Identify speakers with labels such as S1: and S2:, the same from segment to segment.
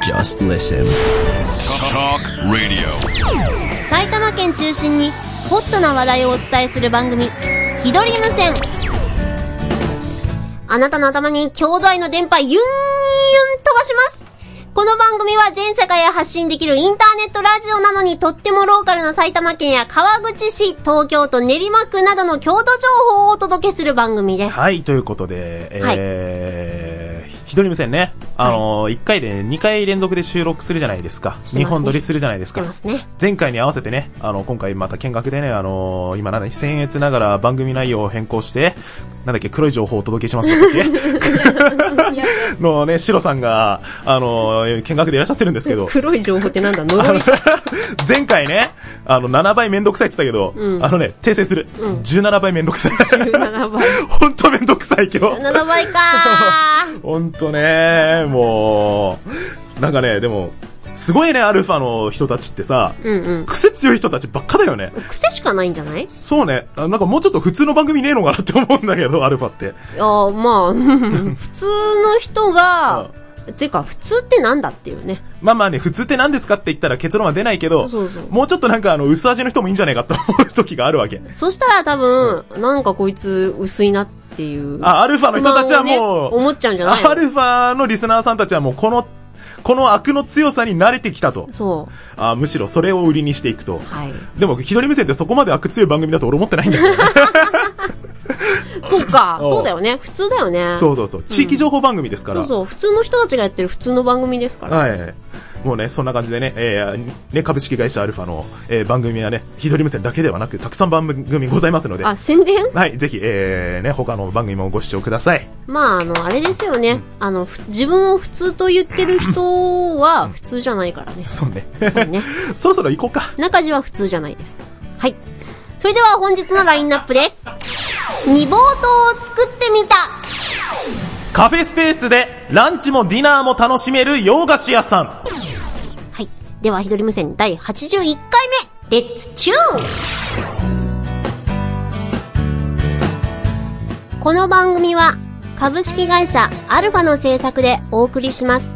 S1: Listen.
S2: Talk, Talk Radio.
S3: 埼玉県中心にホットな話題をお伝えする番組「ひどり無線」あなたの頭に強度愛の電波ユンユン飛ばしますこの番組は全世界へ発信できるインターネットラジオなのにとってもローカルな埼玉県や川口市、東京都練馬区などの郷土情報をお届けする番組です。
S4: はい、ということで、えー、ひどり無線ね、あのー、1回で、2回連続で収録するじゃないですか。
S3: てますね
S4: 2本撮りするじゃないです
S3: 知って
S4: か
S3: ま。すね。
S4: 前回に合わせてね、あの、今回また見学でね、あのー、今なんだ、僭越ながら番組内容を変更して、なんだっけ、黒い情報をお届けします だっけのね、シロさんが、あのー、見学でいらっしゃってるんですけど、
S3: 黒い情報ってなんだ呪い
S4: 前回ね、あの、7倍めんどくさいって言ったけど、あのね、訂正する。17倍めんどくさい。
S3: 17倍。
S4: ほんとめんどくさい、今日。
S3: 17倍か ー。
S4: ほんとね、もう、なんかね、でも、すごいね、アルファの人たちってさ、
S3: うんうん。
S4: 癖強い人たちばっかだよね。
S3: 癖しかないんじゃない
S4: そうね、あなんかもうちょっと普通の番組ねえのかなって思うんだけど、アルファって。
S3: いやーまあ、 普通の人が、てか、普通ってなんだっていうね。
S4: まあまあね、普通って何ですかって言ったら結論は出ないけど、
S3: そうそう
S4: もうちょっとなんかあの、薄味の人もいいんじゃないかって思う時があるわけ。
S3: そしたら多分、なんかこいつ薄いなっていう。
S4: あ、アルファの人たちは
S3: 不満
S4: も
S3: をね
S4: う、
S3: 思っちゃうんじゃないの
S4: アルファのリスナーさんたちはもうこの、この悪の強さに慣れてきたと。
S3: そう。
S4: あむしろそれを売りにしていくと。
S3: はい。
S4: でも、一人目線ってそこまで悪強い番組だと俺思ってないんだけどね。
S3: そうか、
S4: おう
S3: そうだよね。普通だよね。
S4: そうそうそう。地域情報番組ですから。
S3: そうそう普通の人たちがやってる普通の番組ですから。
S4: はい。もうね、そんな感じでね、えーね、株式会社アルファの、えー番組はね、ひどり無線だけではなく、たくさん番組ございますので、
S3: あ、宣伝
S4: はい、ぜひ、えーね、他の番組もご視聴ください。
S3: まあ、あの、あれですよね。あの、ふ自分を普通と言ってる人は普通じゃない からね。
S4: そうね。
S3: そうね。
S4: そろそろ行こうか。
S3: 中地は普通じゃないです。はい。それでは本日のラインナップです。煮ぼうとうを作ってみた
S4: カフェスペースで、ランチもディナーも楽しめる洋菓子屋さん。
S3: はい。では、ひどり無線第81回目、レッツチューンこの番組は、株式会社アルファの制作でお送りします。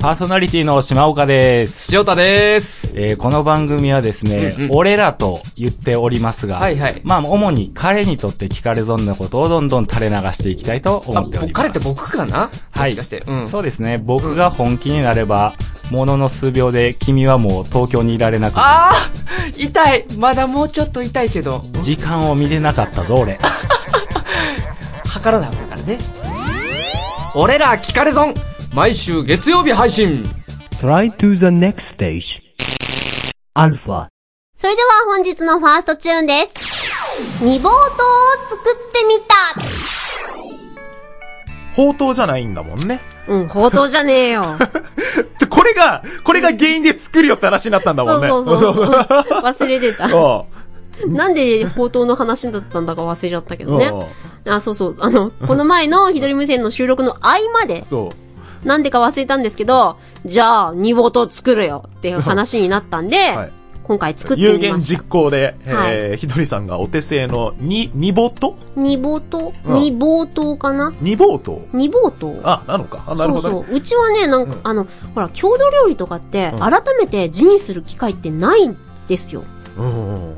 S5: パーソナリティの島岡です。
S6: 塩田です。
S5: えーこの番組はですね、
S6: うんうん
S5: 俺らと言っておりますが、
S6: はいはい
S5: まあ、主に彼にとって聞かれ損なことをどんどん垂れ流していきたいと思
S6: あ、
S5: っております。
S6: 彼って僕かな
S5: は
S6: も
S5: い
S6: しかして。うん。
S5: そうですね、僕が本気になれば、ものの数秒で君はもう東京にいられなくな
S6: ああ痛いまだもうちょっと痛いけど、
S5: る時間を見れなかったぞ、俺。
S6: 測らなあかんからね。俺ら聞かれ損毎週月曜日配信
S7: Try to the next stage. Alpha.
S3: それでは本日のファーストチューンです。煮ぼうとうを作ってみた
S4: ほうとうじゃないんだもんね。
S3: うん、ほうとうじゃねえよ。
S4: でこれが、これが原因で作るよって話になったんだもんね。
S3: そうそうそう。
S4: そう
S3: 忘れてた。
S4: そ
S3: なんで報道の話だったんだか忘れちゃったけど
S4: う。
S3: ね。
S4: うん
S3: あ、そうそう。あの、この前のひどり無線の収録の合間で、
S4: そう。
S3: なんでか忘れたんですけど、じゃあ、煮ぼと作るよっていう話になったんで、
S4: はい
S3: 今回作って
S4: 有
S3: み
S4: 言
S3: まし
S4: 実
S3: た。
S4: 行で、えー
S3: は
S4: ひどりさんがお手製の、に、にぼと
S3: 煮ぼと
S4: うん
S3: 煮ぼうとうかな
S4: にぼうとう
S3: 煮ぼうとう。
S4: あ、なのか。あ、なるほどね、
S3: そうそう。うちはね、なんか、
S4: うん
S3: あの、ほら、郷土料理とかって、
S4: うん
S3: 改めて字にする機会ってないんですよ。
S4: うんうんうん。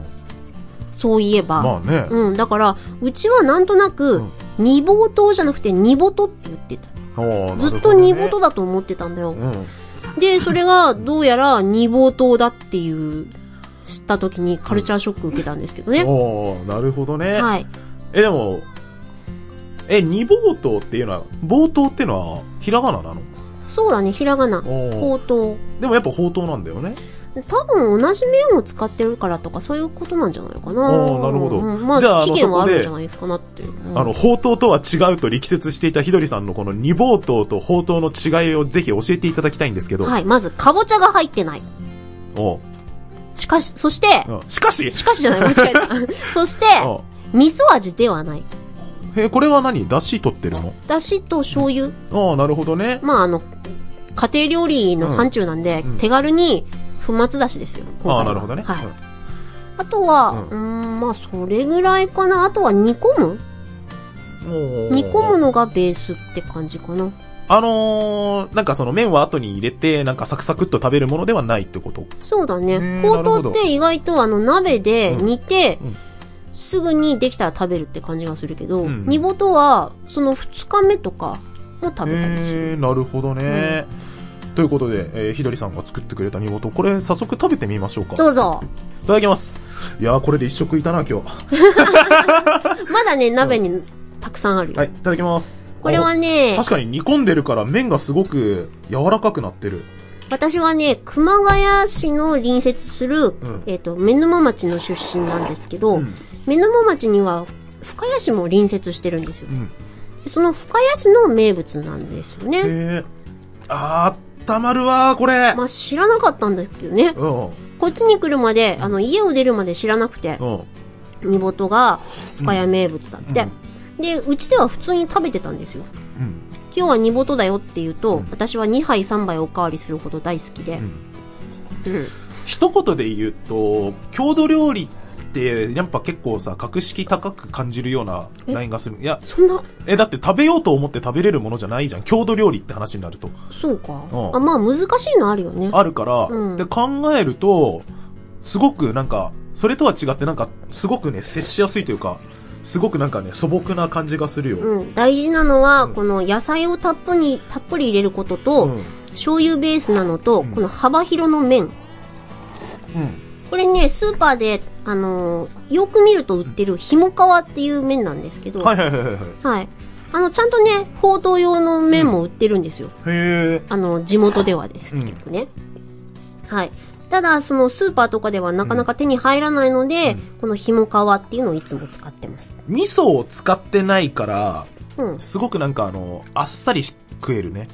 S3: そういえば。
S4: まあね。
S3: うん、だから、うちはなんとな
S4: う
S3: く
S4: ん、
S3: 煮ぼうとうじゃなくて、煮ぼとって言ってた。
S4: おー
S3: ずっと煮ぼと
S4: う
S3: だと思ってたんだよ。
S4: ん。
S3: で、それが、どうやら煮ぼうとうだっていう、知った時にカルチャーショック受けたんですけどね。
S4: おーなるほどね。
S3: はい。
S4: え、でも、え、にぼうとうっていうのは、冒頭っていうのは、ひらがななの
S3: そうだね、ひらがな。ほ
S4: おー
S3: うと
S4: でもやっぱほうとうなんだよね。
S3: う。多分同じ面を使ってるからとかそういうことなんじゃないかな。
S4: おーなるほど
S3: うんま
S4: じゃあ
S3: あ、
S4: あ
S3: 期限
S4: の
S3: はあ
S4: そこで
S3: るんじゃないですかなっていう。うん
S4: あの、ほうとうとは違うと力説していたひどりさんのこのにぼうとうとほうとうの違いをぜひ教えていただきたいんですけど。
S3: はい、まず、かぼちゃが入ってない。
S4: おう
S3: しかし、そして、
S4: うんしかし
S3: しかしじゃない、間違えた。 そして、
S4: おう
S3: 味噌味ではない。
S4: え、これは何だし取ってるの
S3: だしと醤油。
S4: ああ、なるほどね。
S3: まあ、あの、家庭料理の範疇なんで、
S4: うんうん
S3: 手軽に粉末だしですよ。今回
S4: あ
S3: は
S4: あ、なるほどね。
S3: はい。
S4: うん
S3: あとは、
S4: うん
S3: うーん、まあ、それぐらいかな。あとは煮込む
S4: おー
S3: 煮込むのがベースって感じかな。
S4: あのー、なんかその麺は後に入れて、なんかサクサクっと食べるものではないってこと。
S3: そうだ
S4: へ
S3: ね。
S4: ー
S3: ほ
S4: な
S3: う
S4: るほ
S3: と
S4: ど
S3: うって意外とあの鍋で煮て、
S4: うんうん
S3: すぐにできたら食べるって感じがするけど、
S4: うん
S3: 煮ぼとはその2日目とかも食べたりする。
S4: えー、なるほどね。ということで、えー、ひだりさんが作ってくれた煮事、これ早速食べてみましょうか。い
S3: どうぞ。
S4: ただきます。いやー、これで一食いたな、今日。
S3: まだね、鍋にたくさんあるよ。
S4: はい、いただきます。
S3: これはね、
S4: 確かに煮込んでるから麺がすごく柔らかくなってる。
S3: 私はね、熊谷市の隣接する、
S4: ん
S3: えっ、と、目沼町の出身なんですけど、
S4: ん
S3: 目沼町には深谷市も隣接してるんですよ。
S4: ん
S3: その深谷市の名物なんですよね。
S4: えー、あー、たまるわー、これ。
S3: まあ知らなかったんですけどね。
S4: うん、
S3: こっちに来るまで、あの、家を出るまで知らなくて、
S4: うん。
S3: 煮ぼとが深谷名物だって。で、うちでは普通に食べてたんですよ。
S4: うん
S3: 今日は煮ぼとだよって言うと、私は2杯3杯おかわりするほど大好きで。うん
S4: 一言で言うと、郷土料理って、やっぱ結構さ、格式高く感じるようなラインがする。いや、
S3: そんな、
S4: え、だって食べようと思って食べれるものじゃないじゃん。郷土料理って話になると。
S3: そうか
S4: う。ん
S3: あ、まあ難しいのあるよね。
S4: あるから、
S3: うん
S4: で考えると、すごくなんか、それとは違ってなんか、すごくね、接しやすいというか、すごくなんかね、素朴な感じがするよ。
S3: うん。大事なのは、この野菜をたっぷり、たっぷり入れることと、
S4: うん
S3: 醤油ベースなのと、この幅広の麺。これね、スーパーで、あのーよく見ると売ってるひもかわっていう麺なんですけど、
S4: はいはいはいはいはい。
S3: はい。あの、ちゃんとね、報道用の麺も売ってるんですよ。
S4: へ
S3: あの、地元ではですけどね。はい。ただ、そのスーパーとかではなかなか手に入らないので、このひもかわっていうのをいつも使ってます。
S4: 味噌を使ってないから、
S3: うん。
S4: すごくなんかあの、あっさり食えるね。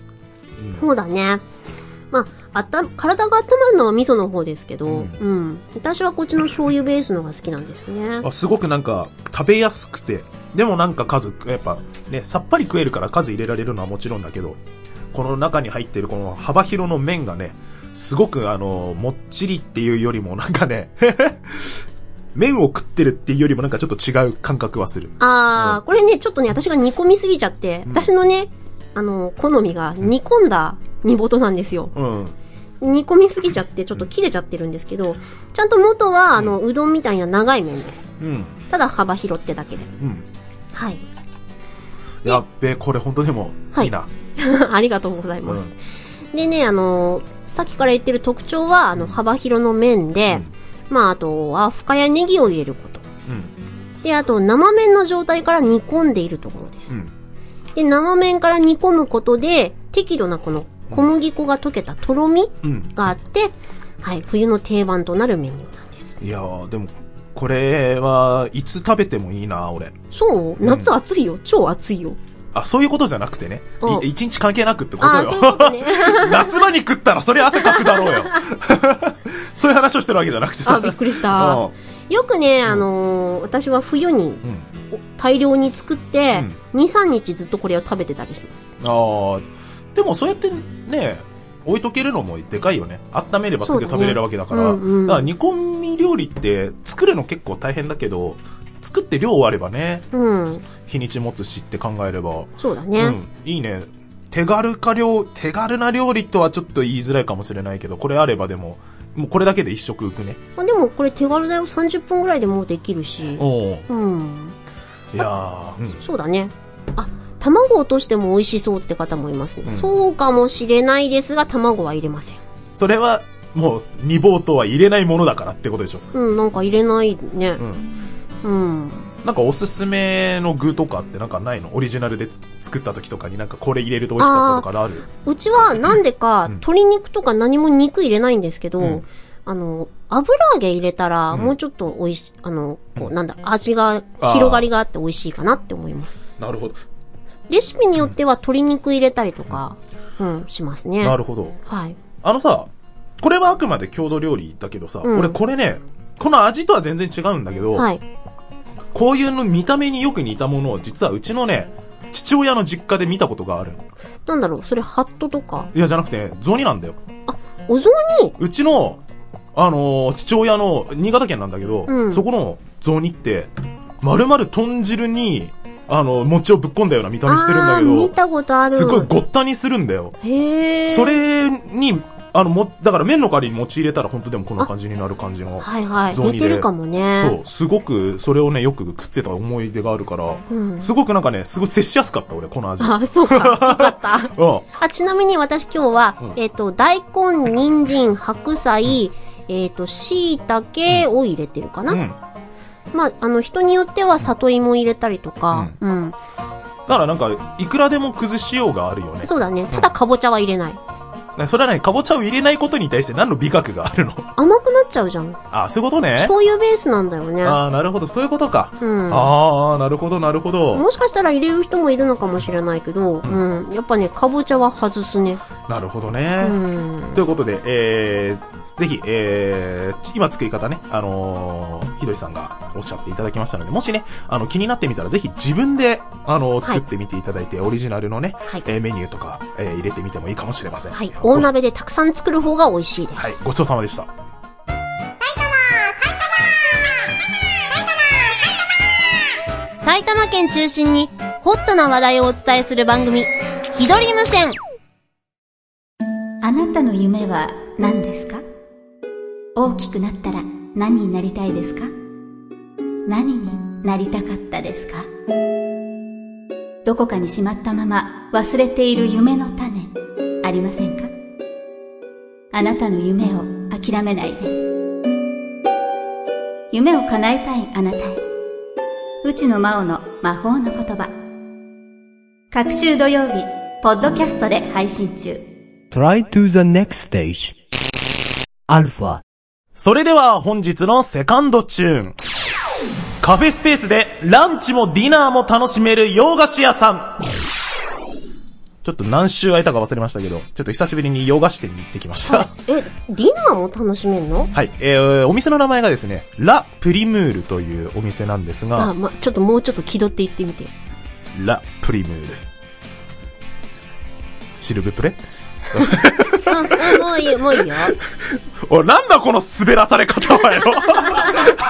S3: そうだね。まあ、あた、体が温まるのは味噌の方ですけど、うん、私はこっちの醤油ベースのが好きなんですよね。
S4: あすごくなんか、食べやすくて、でもなんか数、やっぱね、さっぱり食えるから数入れられるのはもちろんだけど、この中に入ってるこの幅広の麺がね、すごくあの、もっちりっていうよりもなんかね、 麺を食ってるっていうよりもなんかちょっと違う感覚はする。
S3: あー、これね、ちょっとね、私が煮込みすぎちゃって、私のね、あの、好みが煮込んだ煮ぼとなんですよ。
S4: うん。
S3: 煮込みすぎちゃって、ちょっと切れちゃってるんですけど、ちゃんと元は、あの、うどんみたいな長い麺です。
S4: うん。
S3: ただ幅広ってだけで。
S4: うん。
S3: はい。
S4: やっべ、これ本当でも、
S3: はい
S4: いいな。
S3: ありがとうございます。でね、あの、さっきから言ってる特徴は、あの、幅広の麺で、まあ、あとは、深谷ネギを入れること。
S4: うん。
S3: で、あと、生麺の状態から煮込んでいるところです。
S4: うん
S3: で、生麺から煮込むことで、適度なこの小麦粉が溶けたとろみ
S4: うん。
S3: があって、はい、冬の定番となるメニューなんです。
S4: いやー、でも、これはいつ食べてもいいな、俺。
S3: そう夏暑いよ。超暑いよ。
S4: あ、そういうことじゃなくてね。
S3: うん
S4: い一日関係なくってことよ。
S3: ああ、そういうこと ね。
S4: 夏場に食ったらそれ汗かくだろうよ。 そういう話をしてるわけじゃなくてさ。
S3: あ、びっくりし
S4: う
S3: た
S4: ん。
S3: よくね、あのー私は冬に
S4: うん
S3: 大量に作って、2、3日ずっとこれを食べてたりします。
S4: ああ。でもそうやってね、置いとけるのもでかいよね。温めればすぐ食べれるわけだから。
S3: そうだねうんうん
S4: だから煮込み料理って作るの結構大変だけど、作って量あればね、
S3: うん。
S4: 日にち持つしって考えれば。
S3: そうだね。
S4: うん。いいね。手軽か料、手軽な料理とはちょっと言いづらいかもしれないけど、これあればでも、もうこれだけで一食浮くね。
S3: まあ、でもこれ手軽だよ。30分ぐらいでもうできるし。
S4: お
S3: うん。
S4: いやー、うん。
S3: そうだね。あ、卵落としても美味しそうって方もいますね。
S4: うん
S3: そうかもしれないですが、卵は入れません。
S4: それは、もう、煮ぼうとは入れないものだからってことでしょ。
S3: うん、なんか入れないねう
S4: う。ん。
S3: ん。
S4: なんかおすすめの具とかってなんかないのオリジナルで作った時とかになんかこれ入れると美味しかったとかある
S3: うちはなんでか、鶏肉とか何も肉入れないんですけど、
S4: ん
S3: あの、油揚げ入れたら、もうちょっと美味し、あの、こう、なんだ、味が、
S4: あー
S3: 広がりがあって美味しいかなって思います。
S4: なるほど。
S3: レシピによっては鶏肉入れたりとか、うん、しますね。
S4: なるほど。
S3: はい。
S4: あのさ、これはあくまで郷土料理だけどさ、
S3: うん
S4: 俺これね、この味とは全然違うんだけど、
S3: はい。
S4: こういうの見た目によく似たものを実はうちのね、父親の実家で見たことがある。
S3: なんだろう、それハットとか。
S4: いや、じゃなくて、ね、雑煮なんだよ。
S3: お雑煮
S4: うちの、あのー父親の、新潟県なんだけど、
S3: うん
S4: そこの雑煮って、まるまる豚汁に、あの、餅をぶっ込んだような見た目してるんだ
S3: あ
S4: け
S3: ー、見
S4: ど、
S3: たことある。
S4: すごいごったにするんだよ。
S3: へえ。
S4: それに、あの、も、だから麺の代わりに餅入れたら本当でもこんな感じになる感じの。
S3: はいはい。
S4: 雑煮
S3: 似
S4: で
S3: てるかもね。
S4: そう、すごく、それをね、よく食ってた思い出があるから、
S3: うん
S4: すごくなんかね、すごい接しやすかった、俺、この味。うん。
S3: あ、そうか。よかった。
S4: あ
S3: あ、ちなみに私今日は、
S4: うん
S3: えっ、と、大根、人参、白菜、えっ、と、椎茸を入れてるかな。
S4: うん。
S3: まあ、あの、人によっては里芋入れたりとか、うん。
S4: だからなんか、いくらでも崩しようがあるよね。
S3: そうだね。ただかぼちゃは入れない。
S4: ねそれはね、かぼちゃを入れないことに対して何の美学があるの
S3: 甘くなっちゃうじゃん。
S4: あ、そういうことね。
S3: そういうベースなんだよね。
S4: ああ、なるほど、そういうことか。
S3: うん。
S4: ああ、なるほど、なるほど。
S3: もしかしたら入れる人もいるのかもしれないけど、うん。やっぱね、かぼちゃは外すね。
S4: なるほど
S3: う
S4: ね。
S3: ん。
S4: ということで、えー、ぜひ、えー、今作り方ね、あのー、ひどりさんがおっしゃっていただきましたので、もしね、あの、気になってみたら、ぜひ自分で、あのー、
S3: はい
S4: 作ってみていただいて、オリジナルのね、
S3: はい
S4: えーメニューとか、えー入れてみてもいいかもしれません。
S3: はい。
S4: ご
S3: 大鍋でたくさん作る方が美味しいです。
S4: はい、ごちそうさまでした。
S3: 埼玉県中心にホットな話題をお伝えする番組、ひどり無線。
S1: あなたの夢は何ですか大きくなったら何になりたいですか何になりたかったですかどこかにしまったまま忘れている夢の種ありませんかあなたの夢を諦めないで夢を叶えたいあなたへ内野真央の魔法の言葉各週土曜日ポッドキャストで配信中
S7: Try to the next stage. Alpha.
S4: それでは本日のセカンドチューン。カフェスペースでランチもディナーも楽しめる洋菓子屋さん。ちょっと何週空いたか忘れましたけど、ちょっと久しぶりに洋菓子店に行ってきました。
S3: え、ディナーも楽しめんの
S4: はい、えー、お店の名前がですね、ラ・プリムールというお店なんです
S3: あ、
S4: が、
S3: ま、ちょっともうちょっと気取って言ってみて。
S4: ラ・プリムール。シルブプレ
S3: あ、あもういいよ、もういいよ。
S4: おい、なんだこの滑らされ方はよ。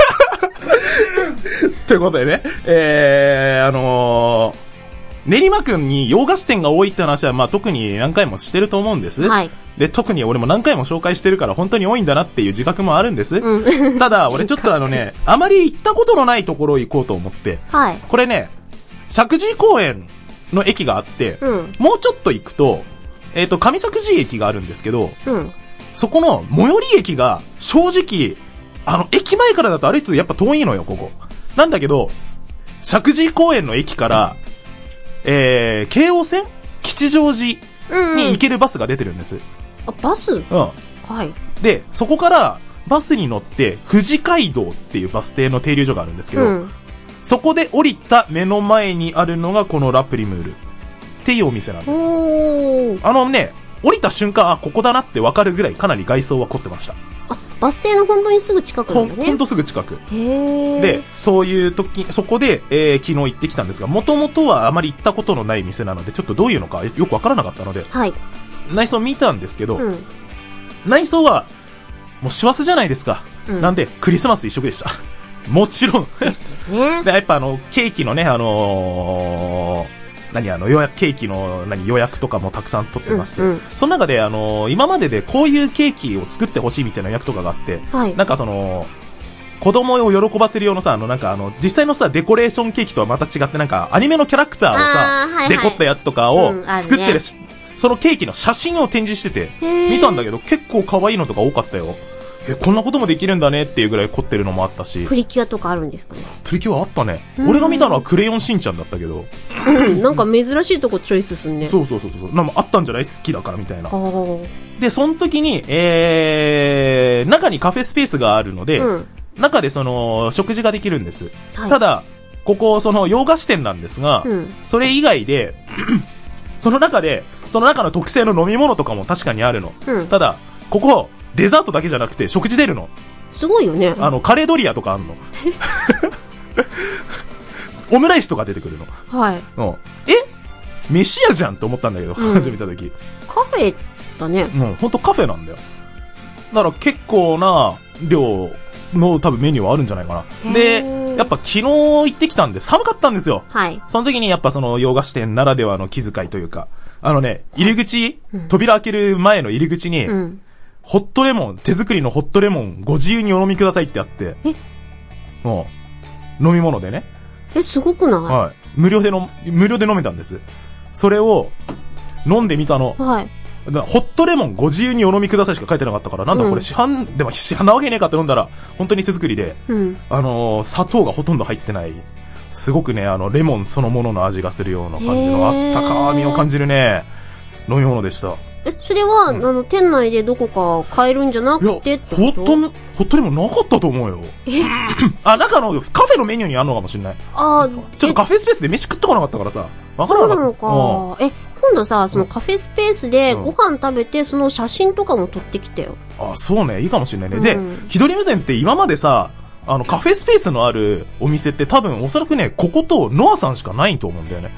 S4: ということでね、えー、あのー練馬区に洋菓子店が多いって話は、まあ、特に何回もしてると思うんです。
S3: はい
S4: で、特に俺も何回も紹介してるから、本当に多いんだなっていう自覚もあるんです。
S3: う
S4: ただ、俺ちょっとあのね、あまり行ったことのないところ行こうと思って、
S3: はい。
S4: これね、石神井公園の駅があって、
S3: うん
S4: もうちょっと行くと、えっ、と、上石神井駅があるんですけど、
S3: うん。
S4: そこの最寄り駅が、正直、あの、駅前からだと歩いてやっぱ遠いのよ、ここ。なんだけど、石神井公園の駅から、えー、京王線吉祥寺
S3: うん、う
S4: に
S3: ん
S4: 行。けるバスが出てるんです。
S3: あ、バス
S4: うん。
S3: はい。
S4: で、そこから、バスに乗って、富士街道っていうバス停の停留所があるんですけ
S3: う
S4: ど、
S3: ん。
S4: そこで降りた目の前にあるのがこのラプリムールっていうお店なんです。
S3: おー。
S4: あのね、降りた瞬間、あ、ここだなってわかるぐらいかなり外装は凝ってました。
S3: あ、バス停の本当にすぐ近くな
S4: ほ
S3: ん
S4: ん、
S3: だ
S4: ほ
S3: ね
S4: ん。とすぐ近く。
S3: へー。
S4: で、、そういう時、そこで、えー昨日行ってきたんですが、もともとはあまり行ったことのない店なので、ちょっとどういうのかよくわからなかったので、
S3: はい。
S4: 内装見たんですけど、
S3: うん。
S4: 内装は、もう師走じゃないですか。
S3: うん
S4: なんで、クリスマス一色でした。 もちろん。
S3: ですよね。
S4: で、やっぱあの、ケーキのね、あのー何あの、予約、ケーキの、何、予約とかもたくさん取ってまして、
S3: うんうん
S4: その中で、あのー今まででこういうケーキを作ってほしいみたいな予約とかがあって、
S3: はい
S4: なんかその、子供を喜ばせる用のさ、あの、なんかあの、実際のさ、デコレーションケーキとはまた違って、なんか、アニメのキャラクターをさ、
S3: あーはいはい
S4: デコったやつとかを
S3: うんあるね
S4: 作ってるし、そのケーキの写真を展示してて、
S3: へー
S4: 見たんだけど、結構可愛いのとか多かったよ。え、こんなこともできるんだねっていうぐらい凝ってるのもあったし。
S3: プリキュアとかあるんですかね。
S4: プリキュアあったね。俺が見たのはクレヨンしんちゃんだったけど。
S3: うん。なんか珍しいとこチョイスすんね。
S4: そうそうそうそう。なんかあったんじゃない好きだからみたいな
S3: あ。ー。
S4: で、その時に、えー、中にカフェスペースがあるので、
S3: うん
S4: 中でその、食事ができるんです。
S3: はい
S4: ただ、ここ、その、洋菓子店なんですが、
S3: うん
S4: それ以外で、 その中で、その中の特製の飲み物とかも確かにあるの。
S3: うん
S4: ただ、ここ、デザートだけじゃなくて食事出るの。
S3: すごいよね。
S4: あの、カレードリアとかあ んの。オムライスとか出てくるの。
S3: はい。
S4: うん、え飯屋じゃんって思ったんだけど、
S3: うん
S4: 初めた時。
S3: カフェだね。
S4: うん、ほんとカフェなんだよ。だから結構な量の多分メニューはあるんじゃないかな。
S3: へ
S4: で、
S3: ー
S4: やっぱ昨日行ってきたんで寒かったんですよ。
S3: はい。
S4: その時にやっぱその洋菓子店ならではの気遣いというか、あのね、入り口、扉開ける前の入り口に、
S3: うん。
S4: ホットレモン、手作りのホットレモン、ご自由にお飲みくださいってあって、
S3: え
S4: もう、飲み物でね、
S3: え、すごくな
S4: はい。無料での、無料で飲めたんです。それを、飲んでみたの
S3: い。はい。
S4: だホットレモンご自由にお飲みくださいしか書いてなかったから、なんだこ
S3: うん
S4: れ市販、でも市販なわけねえかって飲んだら、本当に手作りで、
S3: うん。
S4: あのー砂糖がほとんど入ってない、すごくね、あの、レモンそのものの味がするような感じの、
S3: へ
S4: あ
S3: ー
S4: ったかみを感じるね、飲み物でした。
S3: え、それは、あの、店内でどこか買えるんじゃない
S4: や、
S3: く
S4: ホ
S3: てってこと
S4: ット、ホットレモンなかったと思うよ。あ、なんかあの、カフェのメニューにあるのかもしれない。
S3: ああ、
S4: ちょっとカフェスペースで飯食ってこなかったからさ、わか
S3: そ
S4: ら
S3: う
S4: な
S3: な
S4: か
S3: の
S4: った。うん
S3: か。え、今度さ、そのカフェスペースで
S4: うん
S3: ご飯食べて、その写真とかも撮ってきてよ。
S4: あ、そうね。いいかもしれないね。で
S3: うん、
S4: ひどり無線って今までさ、あの、カフェスペースのあるお店って多分おそらくね、こことノアさんしかないと思うんだよね。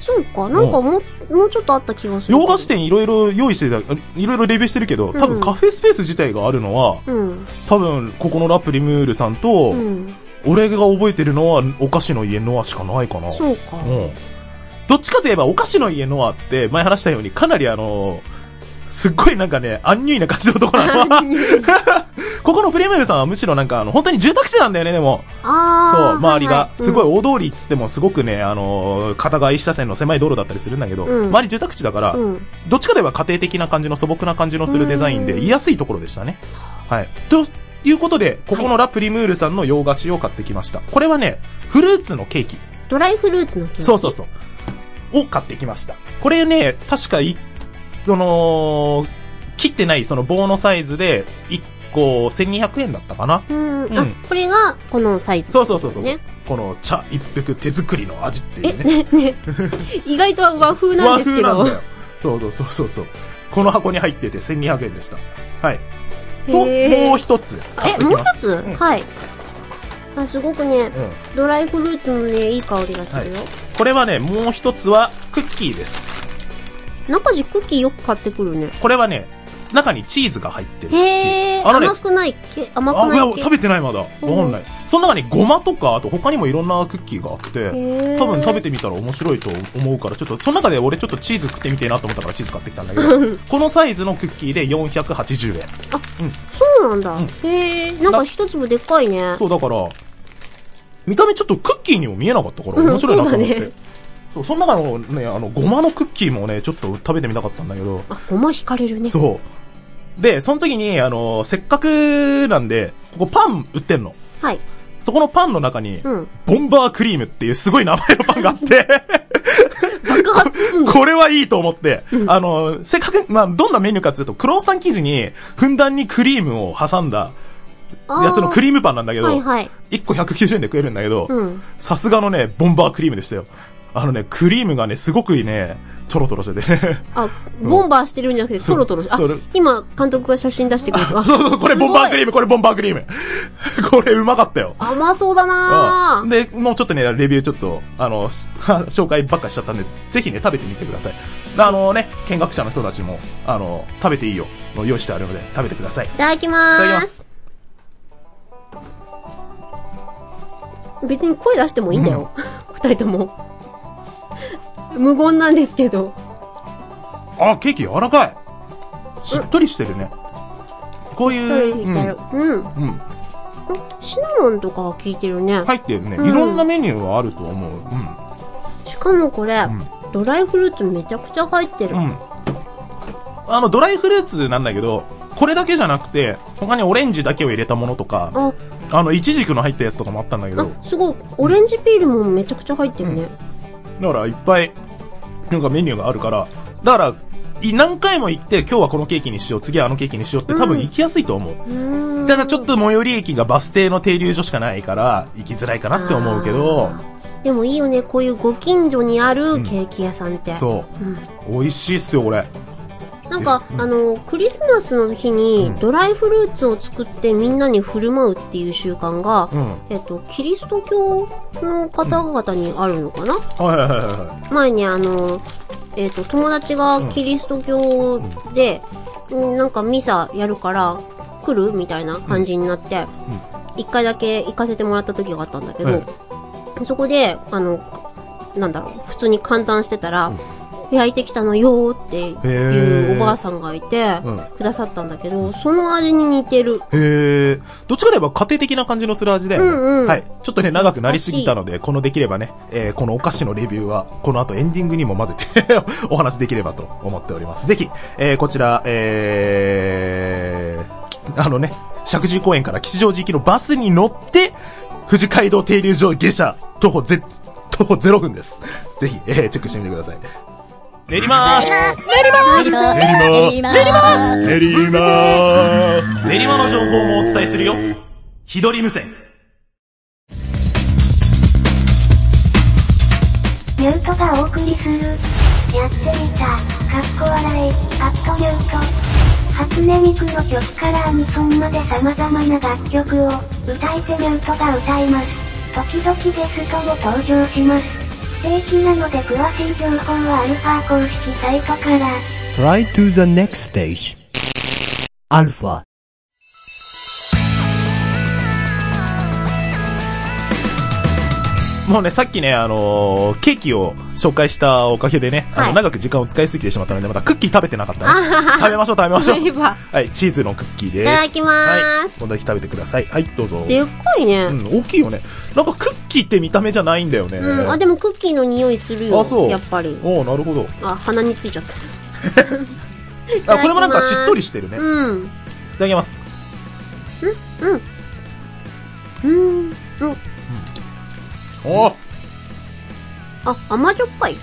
S3: そうか、なんかもう、もうちょっとあった気がする。
S4: 洋菓子店いろいろ用意してた、いろいろレビューしてるけど、多
S3: うん
S4: 分カフェスペース自体があるのは、
S3: うん。
S4: 多分ここのラプリムールさんと、
S3: うん。
S4: 俺が覚えてるのはお菓子の家ノアしかないかな。
S3: そうか。
S4: うん。どっちかといえば、お菓子の家のあって、前話したように、かなりあのすっごいなんかね、アンニュイな感じのところなの。ここのプレミアルさんはむしろなんか、あの、本当に住宅地なんだよね、でも。そう、
S3: ああ。
S4: 周りが。すご
S3: い。
S4: い大通りっつっても、すごくね、あの片側一車線の狭い道路だったりするんだけど、
S3: うん
S4: 周り住宅地だから、
S3: うん。うん
S4: どっちかといえば家庭的な感じの素朴な感じのするデザイン
S3: う
S4: で、
S3: ん
S4: 言いやすいところでしたね。はい。ということで、ここのラプリムールさんの洋菓子を買ってきました。これはね、フルーツのケーキ。
S3: ドライフルーツのケーキ。
S4: そうそうそう。を買ってきました。これね、確かい、その、切ってないその棒のサイズで、1個1200円だったかな。
S3: う。うん。
S4: う
S3: あ
S4: ん、
S3: これが、このサイズ。
S4: そうそうそうそう。
S3: ね
S4: この茶一服手作りの味ってい
S3: え、
S4: うね。
S3: ね、ね。意外とは和風なん
S4: 和
S3: です
S4: 風
S3: け
S4: なん
S3: ど
S4: だ。よ。そうそうそうそうそう。この箱に入ってて1200円でした。はい。と、
S3: へー
S4: もう一つ買っ
S3: え、
S4: てき
S3: もう
S4: ました。
S3: 一つ
S4: ん
S3: はい。あ、すごくね、
S4: うん
S3: ドライフルーツのね、いい香りがするよ。
S4: これはね、もう一つはクッキーです。
S3: 中地クッキーよく買ってくるね。
S4: これはね、中にチーズが入ってるっていう。
S3: へえ、
S4: あのね
S3: 甘くないけ、甘
S4: あ、
S3: く
S4: いや
S3: ない、け。
S4: 食べてないまだ。わかんない。その中にごまとか、あと他にもいろんなクッキーがあって、
S3: へー
S4: 多分食べてみたら面白いと思うから、ちょっと、その中で俺ちょっとチーズ食ってみてえなと思ったからチーズ買ってきたんだけ ど、このサイズのクッキーで480円。
S3: そうなんだ。
S4: うん
S3: へえ、なんか一粒でっかいね。
S4: そう、だから、見た目ちょっとクッキーにも見えなかったから、面白いなと思って。
S3: うんそうだね
S4: そう、その中のね、あの、ごまのクッキーもね、ちょっと食べてみたかったんだけど、
S3: あ、ごま惹かれるね。
S4: そう。で、その時に、あの、せっかくなんで、ここパン売ってんの。
S3: はい。
S4: そこのパンの中に、
S3: うん。
S4: ボンバークリームっていうすごい名前のパンがあって、
S3: 爆発 すんの。
S4: これはいいと思って、あの、せっかく、まあ、どんなメニューかっていうと、クロワッサン生地に、ふんだんにクリームを挟んだ、
S3: あー
S4: やつのクリームパンなんだけど、
S3: はいはい。
S4: 1個190円で食えるんだけど、
S3: うん。
S4: さすがのね、ボンバークリームでしたよ。あのね、クリームがね、すごくいいね、トロトロしてて ね。
S3: あ、ボンバーしてるんじゃなくて、
S4: そう
S3: トロトロ。あ
S4: それ、
S3: 今、監督が写真出して くれた。
S4: そうそう、これボンバークリ
S3: ー
S4: ーム、これボンバークリーム。 これうまかったよ。
S3: 甘そうだな
S4: う
S3: ぁ
S4: ん。で、もうちょっとね、レビューちょっと、あの、 す紹介ばっかしちゃったんで、ぜひね、食べてみてください。あのね、見学者の人たちも、あの、食べていいよ、の用意してあるので、食べてください。い
S3: いただき
S4: ただき
S3: ま。
S4: ますす。
S3: 別に声出してもいいんだよ。二人とも。無言なんですけど。
S4: あ、ケーキ柔らかい。しっとりしてるね。こうい
S3: 誰
S4: う、
S3: に
S4: う
S3: 言ってや
S4: ん
S3: る、うん。
S4: うん、
S3: シナモンとかが効いてるね。
S4: 入ってるね。
S3: ん
S4: いろんなメニューはあると思う。
S3: しかもこれ、
S4: ん
S3: ドライフルーツめちゃくちゃ入ってる。
S4: うん、うん。あの、ドライフルーツなんだけど、これだけじゃなくて、他にオレンジだけを入れたものとか、
S3: あ、
S4: あの、イチジクの入ったやつとかもあったんだけど、
S3: あ、すごい。オレンジピールもめちゃくちゃ入ってるね。
S4: だからいっぱい、なんかメニューがあるから、だから、い何回も行って、今日はこのケーキにしよう、次はあのケーキにしようって多分行きやすいと思う。
S3: うーん。
S4: ただちょっと最寄り駅がバス停の停留所しかないから、行きづらいかなって思うけど、
S3: でもいいよね、こういうご近所にあるケーキ屋さんって。
S4: そう。美味しいっすよ、これ。
S3: なんか、あの、クリスマスの日にドライフルーツを作ってみんなに振る舞うっていう習慣が、
S4: うん
S3: えっと、キリスト教の方々にあるのかな、
S4: はいはいはいは
S3: 前にあの、えっと友達がキリスト教で、うんなんかミサやるから来るみたいな感じになって、一回だけ行かせてもらった時があったんだけど、
S4: はい
S3: そこで、あの、なんだろう、普通に寒暖してたら、焼いてきたのよーっていうおばあさんがいて
S4: うん、
S3: くださったんだけど、その味に似てる。
S4: へえ。どっちかといえば家庭的な感じのする味だよね。
S3: うんうん
S4: はい。ちょっとね、長くなりすぎたので、このできればね、えーこのお菓子のレビューは、この後エンディングにも混ぜて、 お話できればと思っております。ぜひ、えーこちら、えーあのね、石神井公園から吉祥寺行きのバスに乗って、富士街道停留所下車、徒歩ぜ、徒歩0分です。ぜひ、えーチェックしてみてください。練馬練馬練馬の情報もお伝えするよひどり無線
S8: ミュートがお送りする。やってみた。かっこ笑い。アットミュート。初音ミクの曲からアニソンまで様々な楽曲を、歌い手ミュートが歌います。時々ゲストも登場します。定期なので詳しい情報はアルファ公式サイトから。
S7: Try to the next stage. Alpha.
S4: もうね、さっきね、あのーケーキを紹介したおかげでね、あ
S3: は
S4: の、
S3: い
S4: 長く時間を使いすぎてしまったので、まだクッキー食べてなかったね。食べましょう、食べましょ
S3: そういえ
S4: う。
S3: ば
S4: はい、チーズのクッキーです。
S3: いただきます
S4: はい、この時食べてください。はい、どうぞ。
S3: でっかいね
S4: う。ん、大きいよね。なんかクッキーって見た目じゃないんだよね。
S3: うん。あ、でもクッキーの匂いするよ。
S4: あそう。
S3: やっぱり。
S4: おーなるほど。
S3: あ、鼻についちゃった。
S4: あ、これもなんかしっとりしてるね。い
S3: うん。
S4: ただきます。
S3: うん。
S4: おー
S3: あ、甘じょっぱい。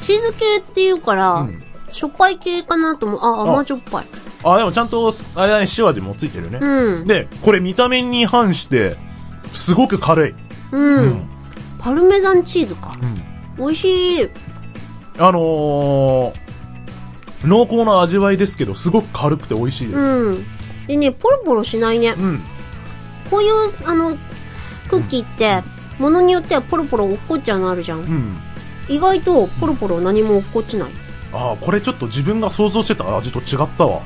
S3: チーズ系っていうから、
S4: うん
S3: しょっぱい系かなと思う。あ、甘じょっぱい。
S4: あ、でもちゃんと、あれだね、塩味もついてるね。
S3: うん。
S4: で、これ見た目に反して、すごく軽い。
S3: うん。
S4: うん
S3: パルメザンチーズか。美味しい。
S4: あのー、濃厚な味わいですけど、すごく軽くて美味しいです。
S3: うん。でね、ポロポロしないね。
S4: うん。
S3: こういう、あの、クッキーって、ものによってはポロポロ落っこっちゃうのあるじゃん。
S4: うん。
S3: 意外とポロポロ何も落っこちない。
S4: ああ、これちょっと自分が想像してた味と違ったわ。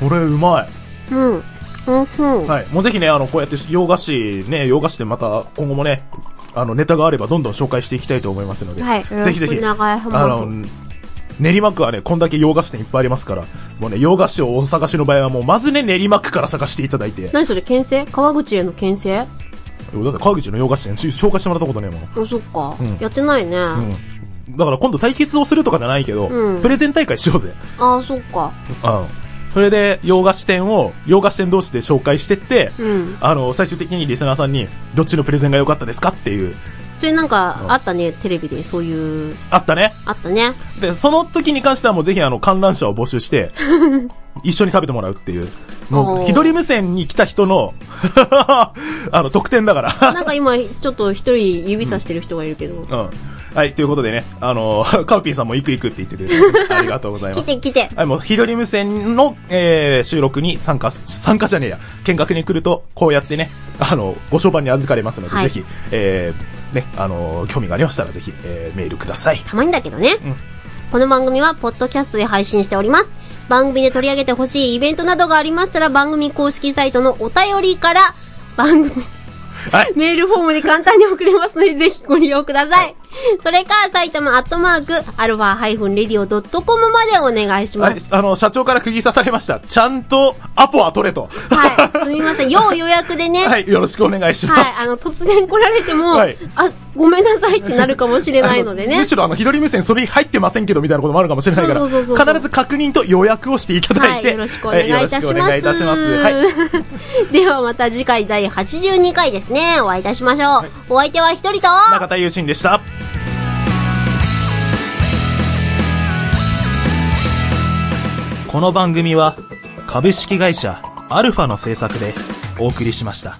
S4: これうま
S3: う
S4: い。
S3: ん。うん、うん。
S4: はい。もうぜひね、あの、こうやって洋菓子、ね、洋菓子でまた今後もね、あの、ネタがあればどんどん紹介していきたいと思いますので、
S3: はい
S4: ぜひぜひ、
S3: よろしくお願いします
S4: あの、練馬区はね、こんだけ洋菓子店いっぱいありますから、もうね、洋菓子をお探しの場合はもう、まずね、練馬区から探していただいて、
S3: 何それ牽制川口への牽制あ、
S4: だって川口の洋菓子店紹介してもらったことねえもん。
S3: そっか。
S4: ん
S3: やってないね。
S4: うん。だから今度対決をするとかじゃないけど、
S3: うん
S4: プレゼン大会しようぜ。
S3: あ、そっか。
S4: うん。それで、洋菓子店を、洋菓子店同士で紹介してって、
S3: うん
S4: あの、最終的にリスナーさんに、どっちのプレゼンが良かったですかっていう、
S3: それなんか、あったね、テレビで、そういう、
S4: あったね。
S3: あった ね。
S4: で、その時に関してはもうぜひあの、観覧車を募 集して、一緒に食べてもらうっていう。も
S3: お
S4: う、
S3: ー
S4: ひどり無線に来た人の、 あの、得点だから。
S3: なんか今、ちょっと一人指さしてる人がいるけど。
S4: うん。はい、ということでね、あの、カウピーさんも行く行くって言ってくれて、ありがとうございま
S3: 来
S4: す。
S3: て来て。
S4: はい、もう、ひどり無線の、えー、収録に参加す、参加じゃねえや、見学に来ると、こうやってね、あの、ご商売に預かれますので、
S3: はい
S4: ぜひ、えー、ね、あの、興味がありましたら、ぜひ、えー、メールください。
S3: たまにだけどね。この番組は、ポッドキャストで配信しております。番組で取り上げてほしいイベントなどがありましたら、番組公式サイトのお便りから、番組、
S4: はい
S3: メールフォームで簡単に送れますので、ぜひご利用ください。それか、埼玉アットマーク、アルファハイフンレディオドットコムまでお願いし
S4: あ
S3: ま
S4: れ
S3: す。、
S4: あの、社長から釘刺されました。ちゃんと、アポは取れと。
S3: はい。すみません。要予約でね。
S4: はい、よろしくお願いします。
S3: はい、あの、突然来られても、
S4: はい
S3: あ、ごめんなさいってなるかもしれないので
S4: あ
S3: ね
S4: む。しろあの、左無線それ入ってませんけどみたいなこともあるかもしれないから、
S3: そうそうそうそう
S4: 必ず確認と予約をしていただいて、
S3: はいよろしくお願いいたします
S4: はよろくお願いいたします。はい。
S3: ではまた次回第82回ですね。お会いいたしましょう。お相手は一人と、
S4: 中田優信でした。この番組は、株式会社アルファの制作でお送りしました。